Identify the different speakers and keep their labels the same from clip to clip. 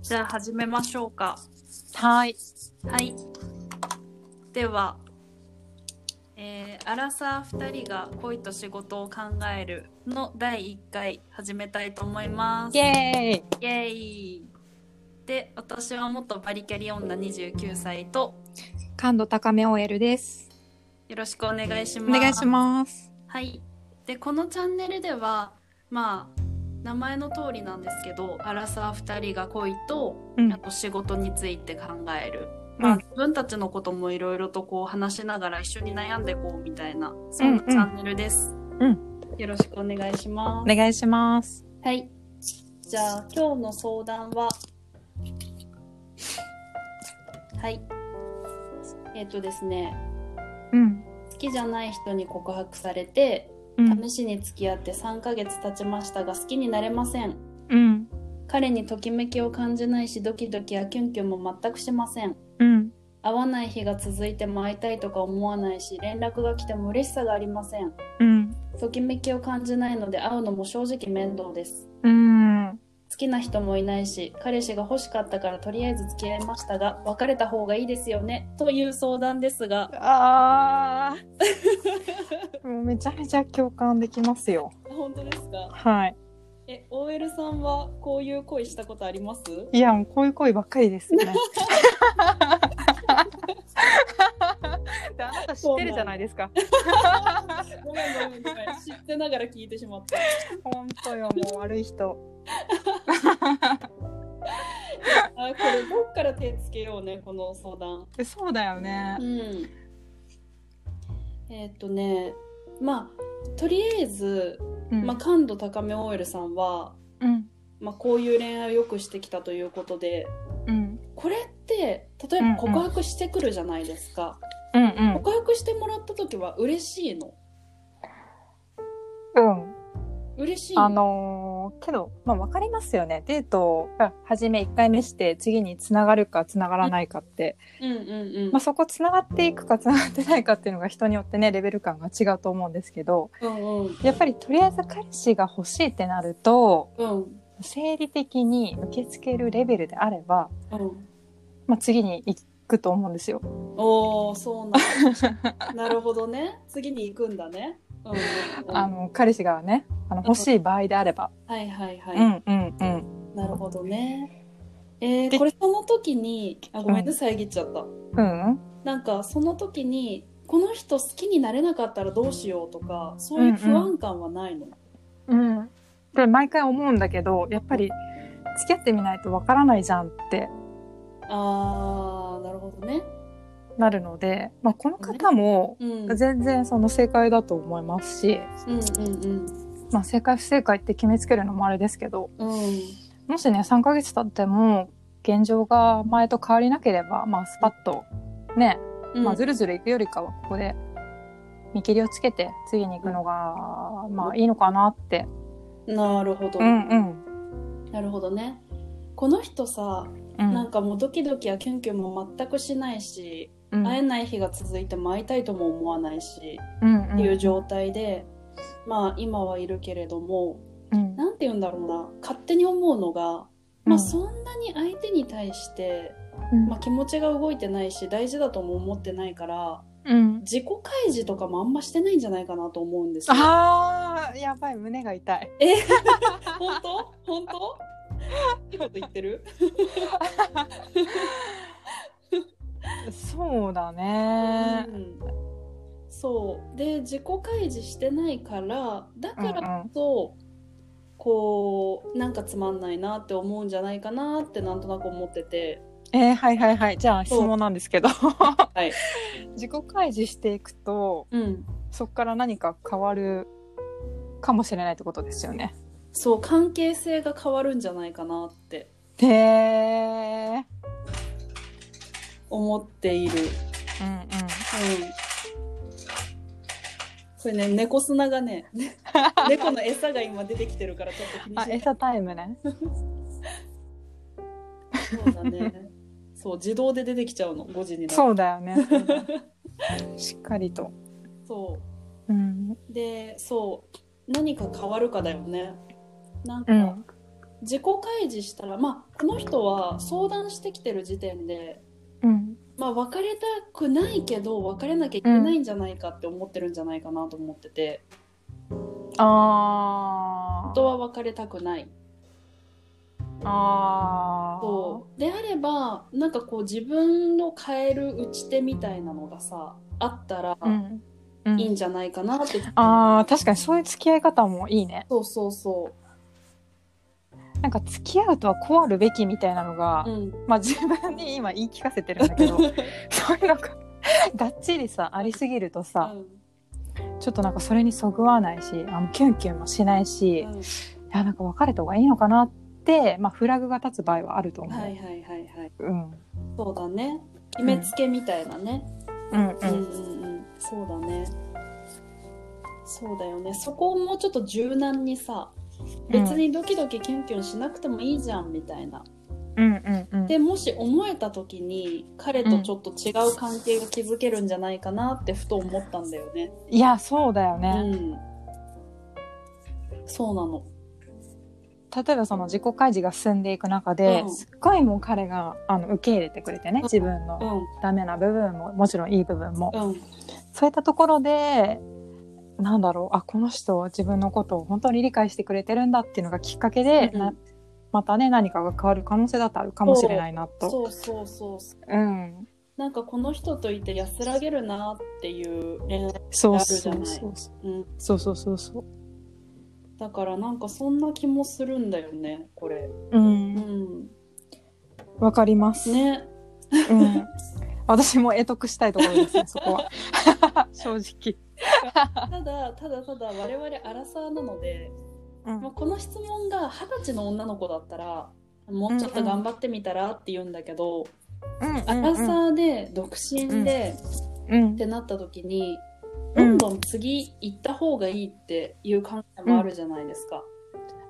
Speaker 1: じゃあ始めましょうか。
Speaker 2: はい。
Speaker 1: はい。では、えー、アラサー2人が恋と仕事を考えるの第1回始めたいと思います。
Speaker 2: イエーイ。
Speaker 1: イエーイで、私は元バリキャリ女29歳と、
Speaker 2: 感度高め OL です。
Speaker 1: よろしくお願いし
Speaker 2: お
Speaker 1: ます。
Speaker 2: 願いします。
Speaker 1: はい。で、このチャンネルでは、まあ、名前の通りなんですけど、アラサー2人が恋と、
Speaker 2: うん
Speaker 1: あと仕事について考える。まあ、
Speaker 2: うん
Speaker 1: 自分たちのこともいろいろとこう話しながら一緒に悩んでこうみたいな、そんな
Speaker 2: うんうん
Speaker 1: チャンネルです。
Speaker 2: う
Speaker 1: よろしくお願いしま
Speaker 2: お
Speaker 1: す。
Speaker 2: 願いします。
Speaker 1: はい。じゃあ、今日の相談は、はい。えっ、とですね、
Speaker 2: うん。
Speaker 1: 好きじゃない人に告白されて、
Speaker 2: うん。
Speaker 1: 試しに付き合って3ヶ月経ちましたが好きになれません
Speaker 2: うん。
Speaker 1: 彼にときめきを感じないしドキドキやキュンキュンも全くしません
Speaker 2: うん。
Speaker 1: 会わない日が続いても会いたいとか思わないし連絡が来ても嬉しさがありません
Speaker 2: うん。
Speaker 1: ときめきを感じないので会うのも正直面倒です
Speaker 2: うん。
Speaker 1: 好きな人もいないし彼氏が欲しかったからとりあえず付き合いましたが別れた方がいいですよねという相談ですが
Speaker 2: あ あ。もうめちゃめちゃ共感できますよ。
Speaker 1: 本当ですか
Speaker 2: はい。
Speaker 1: え OL さんはこういう恋したことあります
Speaker 2: いや、もうこういう恋ばっかりですね。であなた知ってるじゃないですか。
Speaker 1: ごめんごめんごめん知ってながら聞いてしまった。
Speaker 2: 本当よ、もう悪い人。
Speaker 1: あこれどっから手つけようねこの相談。
Speaker 2: えそうだよね
Speaker 1: う。ん。えーっとねまあとりあえず、
Speaker 2: うん
Speaker 1: まあ、感度高め OL さんは、
Speaker 2: うん。
Speaker 1: まあ、こういう恋愛をよくしてきたということで
Speaker 2: うん。
Speaker 1: これって例えば告白してくるじゃないですか、
Speaker 2: うん。うん。
Speaker 1: 告白してもらった時は嬉しいの
Speaker 2: うん。
Speaker 1: 嬉しい
Speaker 2: あのーけど、まあ、わかりますよね。デートが初め1回目して、次につながるかつながらないかって、
Speaker 1: うんうんうん、
Speaker 2: まあ、そこつながっていくかつながってないかっていうのが人によってね、レベル感が違うと思うんですけど、
Speaker 1: うんうん
Speaker 2: やっぱりとりあえず彼氏が欲しいってなると、
Speaker 1: うん
Speaker 2: 生理的に受け付けるレベルであれば、
Speaker 1: うん
Speaker 2: まあ、次に行くと思うんですよ。
Speaker 1: おおそう なんだなるほどね次に行くんだねうんうんうん
Speaker 2: あの、彼氏がね、あの欲しい場合であれば。
Speaker 1: はいはいは
Speaker 2: う
Speaker 1: い、
Speaker 2: んうんうん。
Speaker 1: なるほどねえー、
Speaker 2: で
Speaker 1: これその時にあごめんね遮っちゃった、
Speaker 2: うん
Speaker 1: なんかその時にこの人好きになれなかったらどうしようとかそういう不安感はないの、
Speaker 2: うん。で、毎回思うんだけど、やっぱり、付き合ってみないとわからないじゃんって
Speaker 1: あーなるほどね
Speaker 2: なるので、まあ、この方も
Speaker 1: うんうん
Speaker 2: 全然その正解だと思いますし、
Speaker 1: うん
Speaker 2: まあ、正解不正解って決めつけるのもあれですけど
Speaker 1: うんうん
Speaker 2: もしね3ヶ月経っても現状が前と変わりなければ、まあ、スパッとね、
Speaker 1: うん
Speaker 2: まあ、ずるずるいくよりかはここで見切りをつけて次に行くのが、まあいいのかなって。
Speaker 1: なるほど、
Speaker 2: うんうん
Speaker 1: なるほどねこの人さ、
Speaker 2: う
Speaker 1: なん
Speaker 2: ん
Speaker 1: かもうドキドキやキュンキュンも全くしないし、
Speaker 2: うん
Speaker 1: 会えない日が続いても会いたいとも思わないし、
Speaker 2: うん
Speaker 1: っていう状態でまあ今はいるけれども
Speaker 2: うん
Speaker 1: なんて言うんだろうな勝手に思うのが、
Speaker 2: う
Speaker 1: まあ、
Speaker 2: ん
Speaker 1: そんなに相手に対して、
Speaker 2: うん
Speaker 1: まあ、気持ちが動いてないし大事だとも思ってないから
Speaker 2: うん
Speaker 1: 自己開示とかもあんましてないんじゃないかなと思うんですよ。
Speaker 2: あーやばい胸が痛い。
Speaker 1: 本当本当いいこと言ってる
Speaker 2: そうだね。
Speaker 1: うんそうで自己開示してないからだからこそ、こうなんかつまんないなって思うんじゃないかなってなんとなく思ってて。
Speaker 2: えー、はいはいはい。じゃあ質問なんですけど。はい自己開示していくと、
Speaker 1: うん
Speaker 2: そこから何か変わるかもしれないってことですよね。
Speaker 1: そう関係性が変わるんじゃないかなって
Speaker 2: へえ。
Speaker 1: 思っている。う
Speaker 2: うんうん。
Speaker 1: ん。これね、猫砂が ね、猫の餌が今出てきてるからちょっと気に
Speaker 2: あ、
Speaker 1: し
Speaker 2: 餌タイムね。
Speaker 1: てそうだね。そう、自動で出てきちゃうの、5時になる
Speaker 2: そうだよね。そうだよねしっかりと。
Speaker 1: そ
Speaker 2: うん。
Speaker 1: う。で、そう、何か変わるかだよね。なん
Speaker 2: う
Speaker 1: か、
Speaker 2: ん。
Speaker 1: 自己開示したらまあこの人は相談してきてる時点で
Speaker 2: うん。
Speaker 1: まあ別れたくないけど別れなきゃいけないんじゃないかって思ってるんじゃないかなと思ってて、
Speaker 2: あ
Speaker 1: 人は別れたくない
Speaker 2: あ。ああ。
Speaker 1: そうであればなんかこう自分の変える打ち手みたいなのがさあったら
Speaker 2: うん。うん
Speaker 1: いいんじゃないかなって、
Speaker 2: ああ、確かにそういう付き合い方もいいね。
Speaker 1: そうそうそ
Speaker 2: なんか付き合うとはこうあるべきみたいなのが、
Speaker 1: ううん
Speaker 2: まあ自分に今言い聞かせてるんだけど、 そういうのががっちりさ、ありすぎるとさ、ちょっとなんかそれにそぐわないし、あのキュンキュンもしないし、
Speaker 1: うん
Speaker 2: い
Speaker 1: うん
Speaker 2: や、なんか別れた方がいいのかなって、まあフラグが立つ場合はあると思う。
Speaker 1: はいはいはいはい
Speaker 2: うん。
Speaker 1: そうだね決めつけみたいなね、
Speaker 2: うんう
Speaker 1: うんうん
Speaker 2: ん。
Speaker 1: うんそうだねそうだよねそこをもうちょっと柔軟にさ別にドキドキキュンキュンしなくてもいいじゃんみたいな、
Speaker 2: うんうんうん。
Speaker 1: でもし思えた時に彼とちょっと違う関係が築けるんじゃないかなってふと思ったんだよね
Speaker 2: いや、そうだよ
Speaker 1: う
Speaker 2: ね。
Speaker 1: んそうなの
Speaker 2: 例えばその自己開示が進んでいく中で、
Speaker 1: うん
Speaker 2: すっごいもう彼があの受け入れてくれてね、自分のダメな部分ももちろんいい部分も、
Speaker 1: うんうん
Speaker 2: そういったところでなんだろうあこの人自分のことを本当に理解してくれてるんだっていうのがきっかけで、
Speaker 1: うん
Speaker 2: なまたね何かが変わる可能性だってあるかもしれないなと。
Speaker 1: そうそうそうそう
Speaker 2: うん、
Speaker 1: なんかこの人といて安らげるなっていう恋愛、
Speaker 2: そう
Speaker 1: あるじ
Speaker 2: そ
Speaker 1: ゃないう
Speaker 2: そう
Speaker 1: うん、
Speaker 2: そうそうそうそう
Speaker 1: だからなんかそんな気もするんだよねこれ
Speaker 2: う
Speaker 1: うんん
Speaker 2: わかります、
Speaker 1: ね
Speaker 2: うん、私も得得したいところですねそこは 正直、
Speaker 1: ただただただ我々アラサーなので、
Speaker 2: うん
Speaker 1: まあ、この質問が二十歳の女の子だったらもうちょっと頑張ってみたらって言うんだけど、
Speaker 2: うん
Speaker 1: アラサーで独身で
Speaker 2: うん
Speaker 1: ってなった時に、
Speaker 2: うん
Speaker 1: どんどん次行った方がいいっていう考えもあるじゃないですか、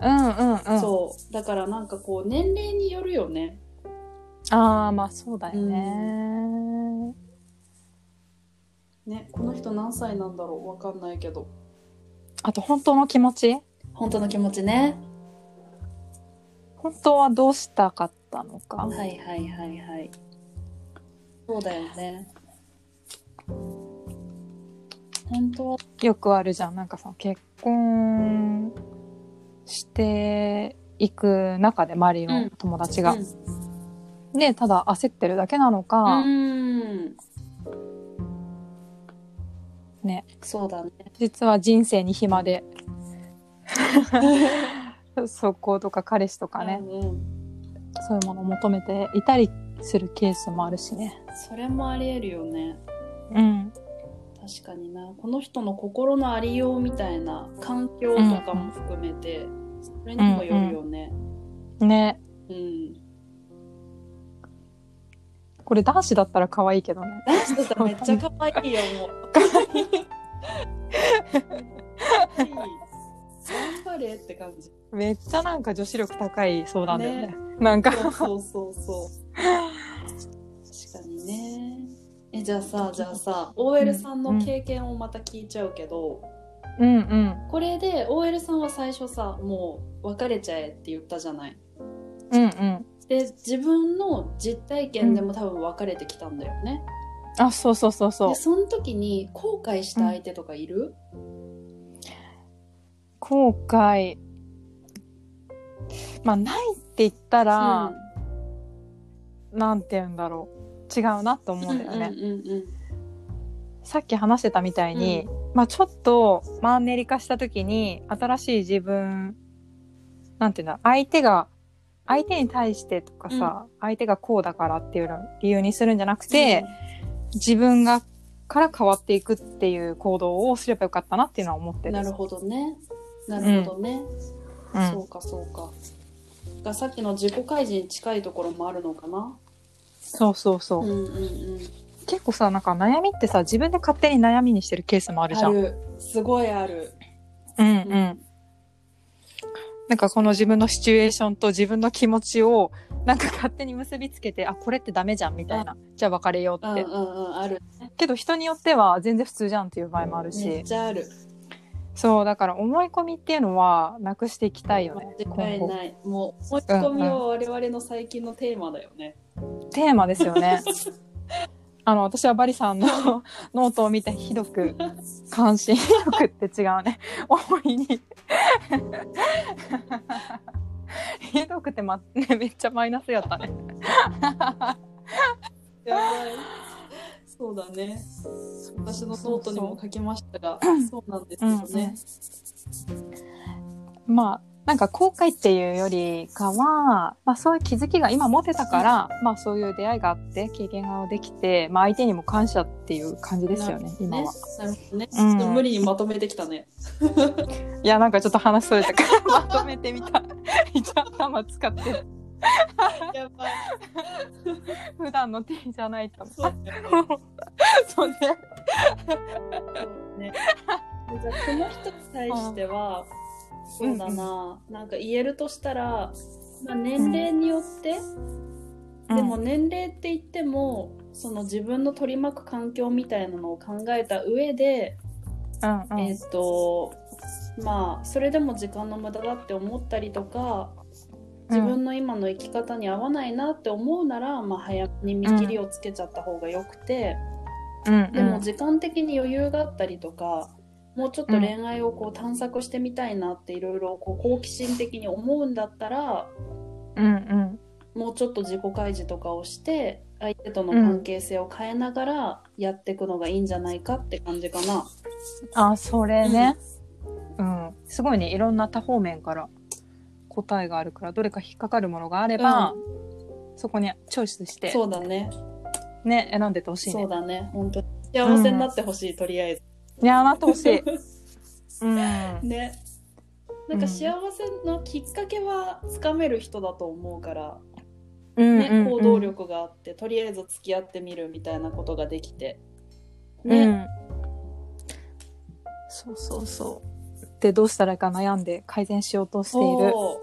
Speaker 2: うんうんうん
Speaker 1: そうだからなんかこう年齢によるよね
Speaker 2: ああまあそうだよね、
Speaker 1: ねこの人何歳なんだろうわかんないけど
Speaker 2: あと本当の気持ち
Speaker 1: 本当の気持ちね
Speaker 2: 本当はどうしたかったのか
Speaker 1: はいはいはいはいそうだよね本当は
Speaker 2: よくあるじゃんなんかさ結婚していく中で周り
Speaker 1: う
Speaker 2: の
Speaker 1: ん
Speaker 2: 友達が、ねただ焦ってるだけなの
Speaker 1: う
Speaker 2: か、
Speaker 1: ん
Speaker 2: ね
Speaker 1: そうだね
Speaker 2: 実は人生に暇 で速攻とか彼氏とかね、
Speaker 1: うんうん
Speaker 2: そういうものを求めていたりするケースもあるしね
Speaker 1: それもありえるよね
Speaker 2: うん
Speaker 1: 確かになこの人の心のありようみたいな環境とかも含めて、それにもよるよね
Speaker 2: ね
Speaker 1: うん、
Speaker 2: これ男子だったら可愛いけどね
Speaker 1: 男子だったらめっちゃ可愛いよもう可愛い頑張れって感じ
Speaker 2: めっちゃなんか女子力高い相談だよね
Speaker 1: ね
Speaker 2: なんか
Speaker 1: そうそうそうそう確かにねえじゃあさじゃあさ OL さんの経験をまた聞いちゃうけど、
Speaker 2: うんうん
Speaker 1: これで OL さんは最初さもう別れちゃえって言ったじゃない
Speaker 2: うんうん
Speaker 1: で自分の実体験でも多分別れてきたんだよね、
Speaker 2: あそうそうそうそう
Speaker 1: でその時に後悔した相手とかいる、
Speaker 2: 後悔まあないって言った
Speaker 1: う
Speaker 2: ら、なんて言うんだろう違うなと思うんだよね、さっき話してたみたいに、まあちょっとマンネリ化した時に新しい自分なんていうんだろう相手が相手に対してとかさ、相手がこうだからっていうの理由にするんじゃなくて、自分がから変わっていくっていう行動をすればよかったなっていうのは思って
Speaker 1: うん
Speaker 2: る。
Speaker 1: なるほどねなるほどね、
Speaker 2: うん
Speaker 1: そうかそうかがさっきの自己開示に近いところもあるのかな
Speaker 2: そうそうそうう、
Speaker 1: んうんうん
Speaker 2: 結構さなんか悩みってさ自分で勝手に悩みにしてるケースもあるじゃ
Speaker 1: あ
Speaker 2: ん。
Speaker 1: るすごいある
Speaker 2: うんうん。なんかこの自分のシチュエーションと自分の気持ちをなんか勝手に結びつけてあこれってダメじゃんみたいなじゃあ別れよう
Speaker 1: うん
Speaker 2: っ
Speaker 1: うん
Speaker 2: て、
Speaker 1: うんある
Speaker 2: けど人によっては全然普通じゃんっていう場合もあるし、
Speaker 1: めっちゃある
Speaker 2: そうだから思い込みっていうのはなくしていきたいよね
Speaker 1: 間違い
Speaker 2: 今後
Speaker 1: ない。もう、思い込みは我々の最近のテーマだよね。
Speaker 2: テーマですよ ねあの私はバリさんの ノートを見てひどく関心力って違うね思いに ひどくて、まね、めっちゃマイナスやったね
Speaker 1: やばい。 そうだね。私のノートにも書きましたが、そうなんですよね。
Speaker 2: まあなんか後悔っていうよりかは、まあ、そういう気づきが今持てたから、まあ、そういう出会いがあって経験ができて、まあ、相手にも感謝っていう感じですよね今は。
Speaker 1: なるほどね。ち
Speaker 2: う
Speaker 1: ょ
Speaker 2: ん
Speaker 1: っと無理にまとめてきたね。
Speaker 2: いやなんかちょっと話それたからまとめてみた 一応頭使って
Speaker 1: やばい。
Speaker 2: 普段の手じゃないと思
Speaker 1: そうだよね。
Speaker 2: うそうね
Speaker 1: ね、じゃあこの人に対してはそうだな、なんか言えるとしたら、まあ、年齢によって、でも年齢って言ってもその自分の取り巻く環境みたいなのを考えた上で、
Speaker 2: うんうん
Speaker 1: えっ、とまあそれでも時間の無駄だって思ったりとか自分の今の生き方に合わないなって思うなら、まあ、早めに見切りをつけちゃった方がよくて。
Speaker 2: うんうん
Speaker 1: でも時間的に余裕があったりとか、もうちょっと恋愛をこう探索してみたいなっていろいろこう好奇心的に思うんだったら
Speaker 2: うんうん
Speaker 1: もうちょっと自己開示とかをして相手との関係性を変えながらやっていくのがいいんじゃないかって感じかな。
Speaker 2: あそれね、うん、すごいねいろんな多方面から答えがあるからどれか引っかかるものがあれば、そこにチョイスして
Speaker 1: そうだね。
Speaker 2: ね選んでってほしい
Speaker 1: そ
Speaker 2: ね
Speaker 1: うだね。本当に幸せになってほしい、とりあえず。
Speaker 2: いやなってほ しい、うん、
Speaker 1: ね。なんか幸せのきっかけはつかめる人だと思うから、
Speaker 2: うん
Speaker 1: ね
Speaker 2: うんうん
Speaker 1: 行動力があってとりあえず付き合ってみるみたいなことができて、
Speaker 2: ね、
Speaker 1: ね
Speaker 2: そうそうそうでどうしたらいいか悩んで改善しようとしている
Speaker 1: そ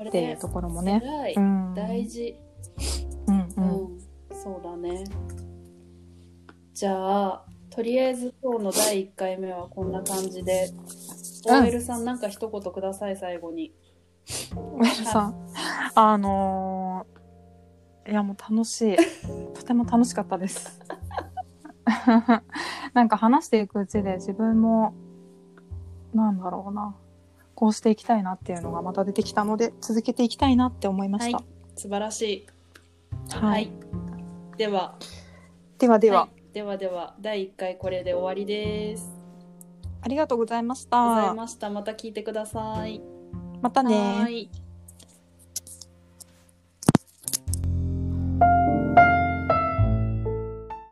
Speaker 1: う
Speaker 2: っていうところもね、
Speaker 1: それね偉い
Speaker 2: うん、
Speaker 1: 大事、
Speaker 2: うん
Speaker 1: う
Speaker 2: うんん
Speaker 1: そうだねじゃあとりあえず今日の第1回目はこんな感じで
Speaker 2: うん
Speaker 1: OL さんなんか一言ください最後に
Speaker 2: 上田さん、あのーいやもう楽 しい。とても楽しかったです。 なんか話していくうちで自分も、なんだろうな、こうしていきたいなっていうのがまた出てきたので、続けていきたいなって思いました。
Speaker 1: 素晴らしい
Speaker 2: はい。
Speaker 1: では
Speaker 2: ではでは、
Speaker 1: いではでは第1回これで終わりです
Speaker 2: ありがとうございまし
Speaker 1: ござ
Speaker 2: た。
Speaker 1: いましたまた聞いてください
Speaker 2: またね
Speaker 1: はーい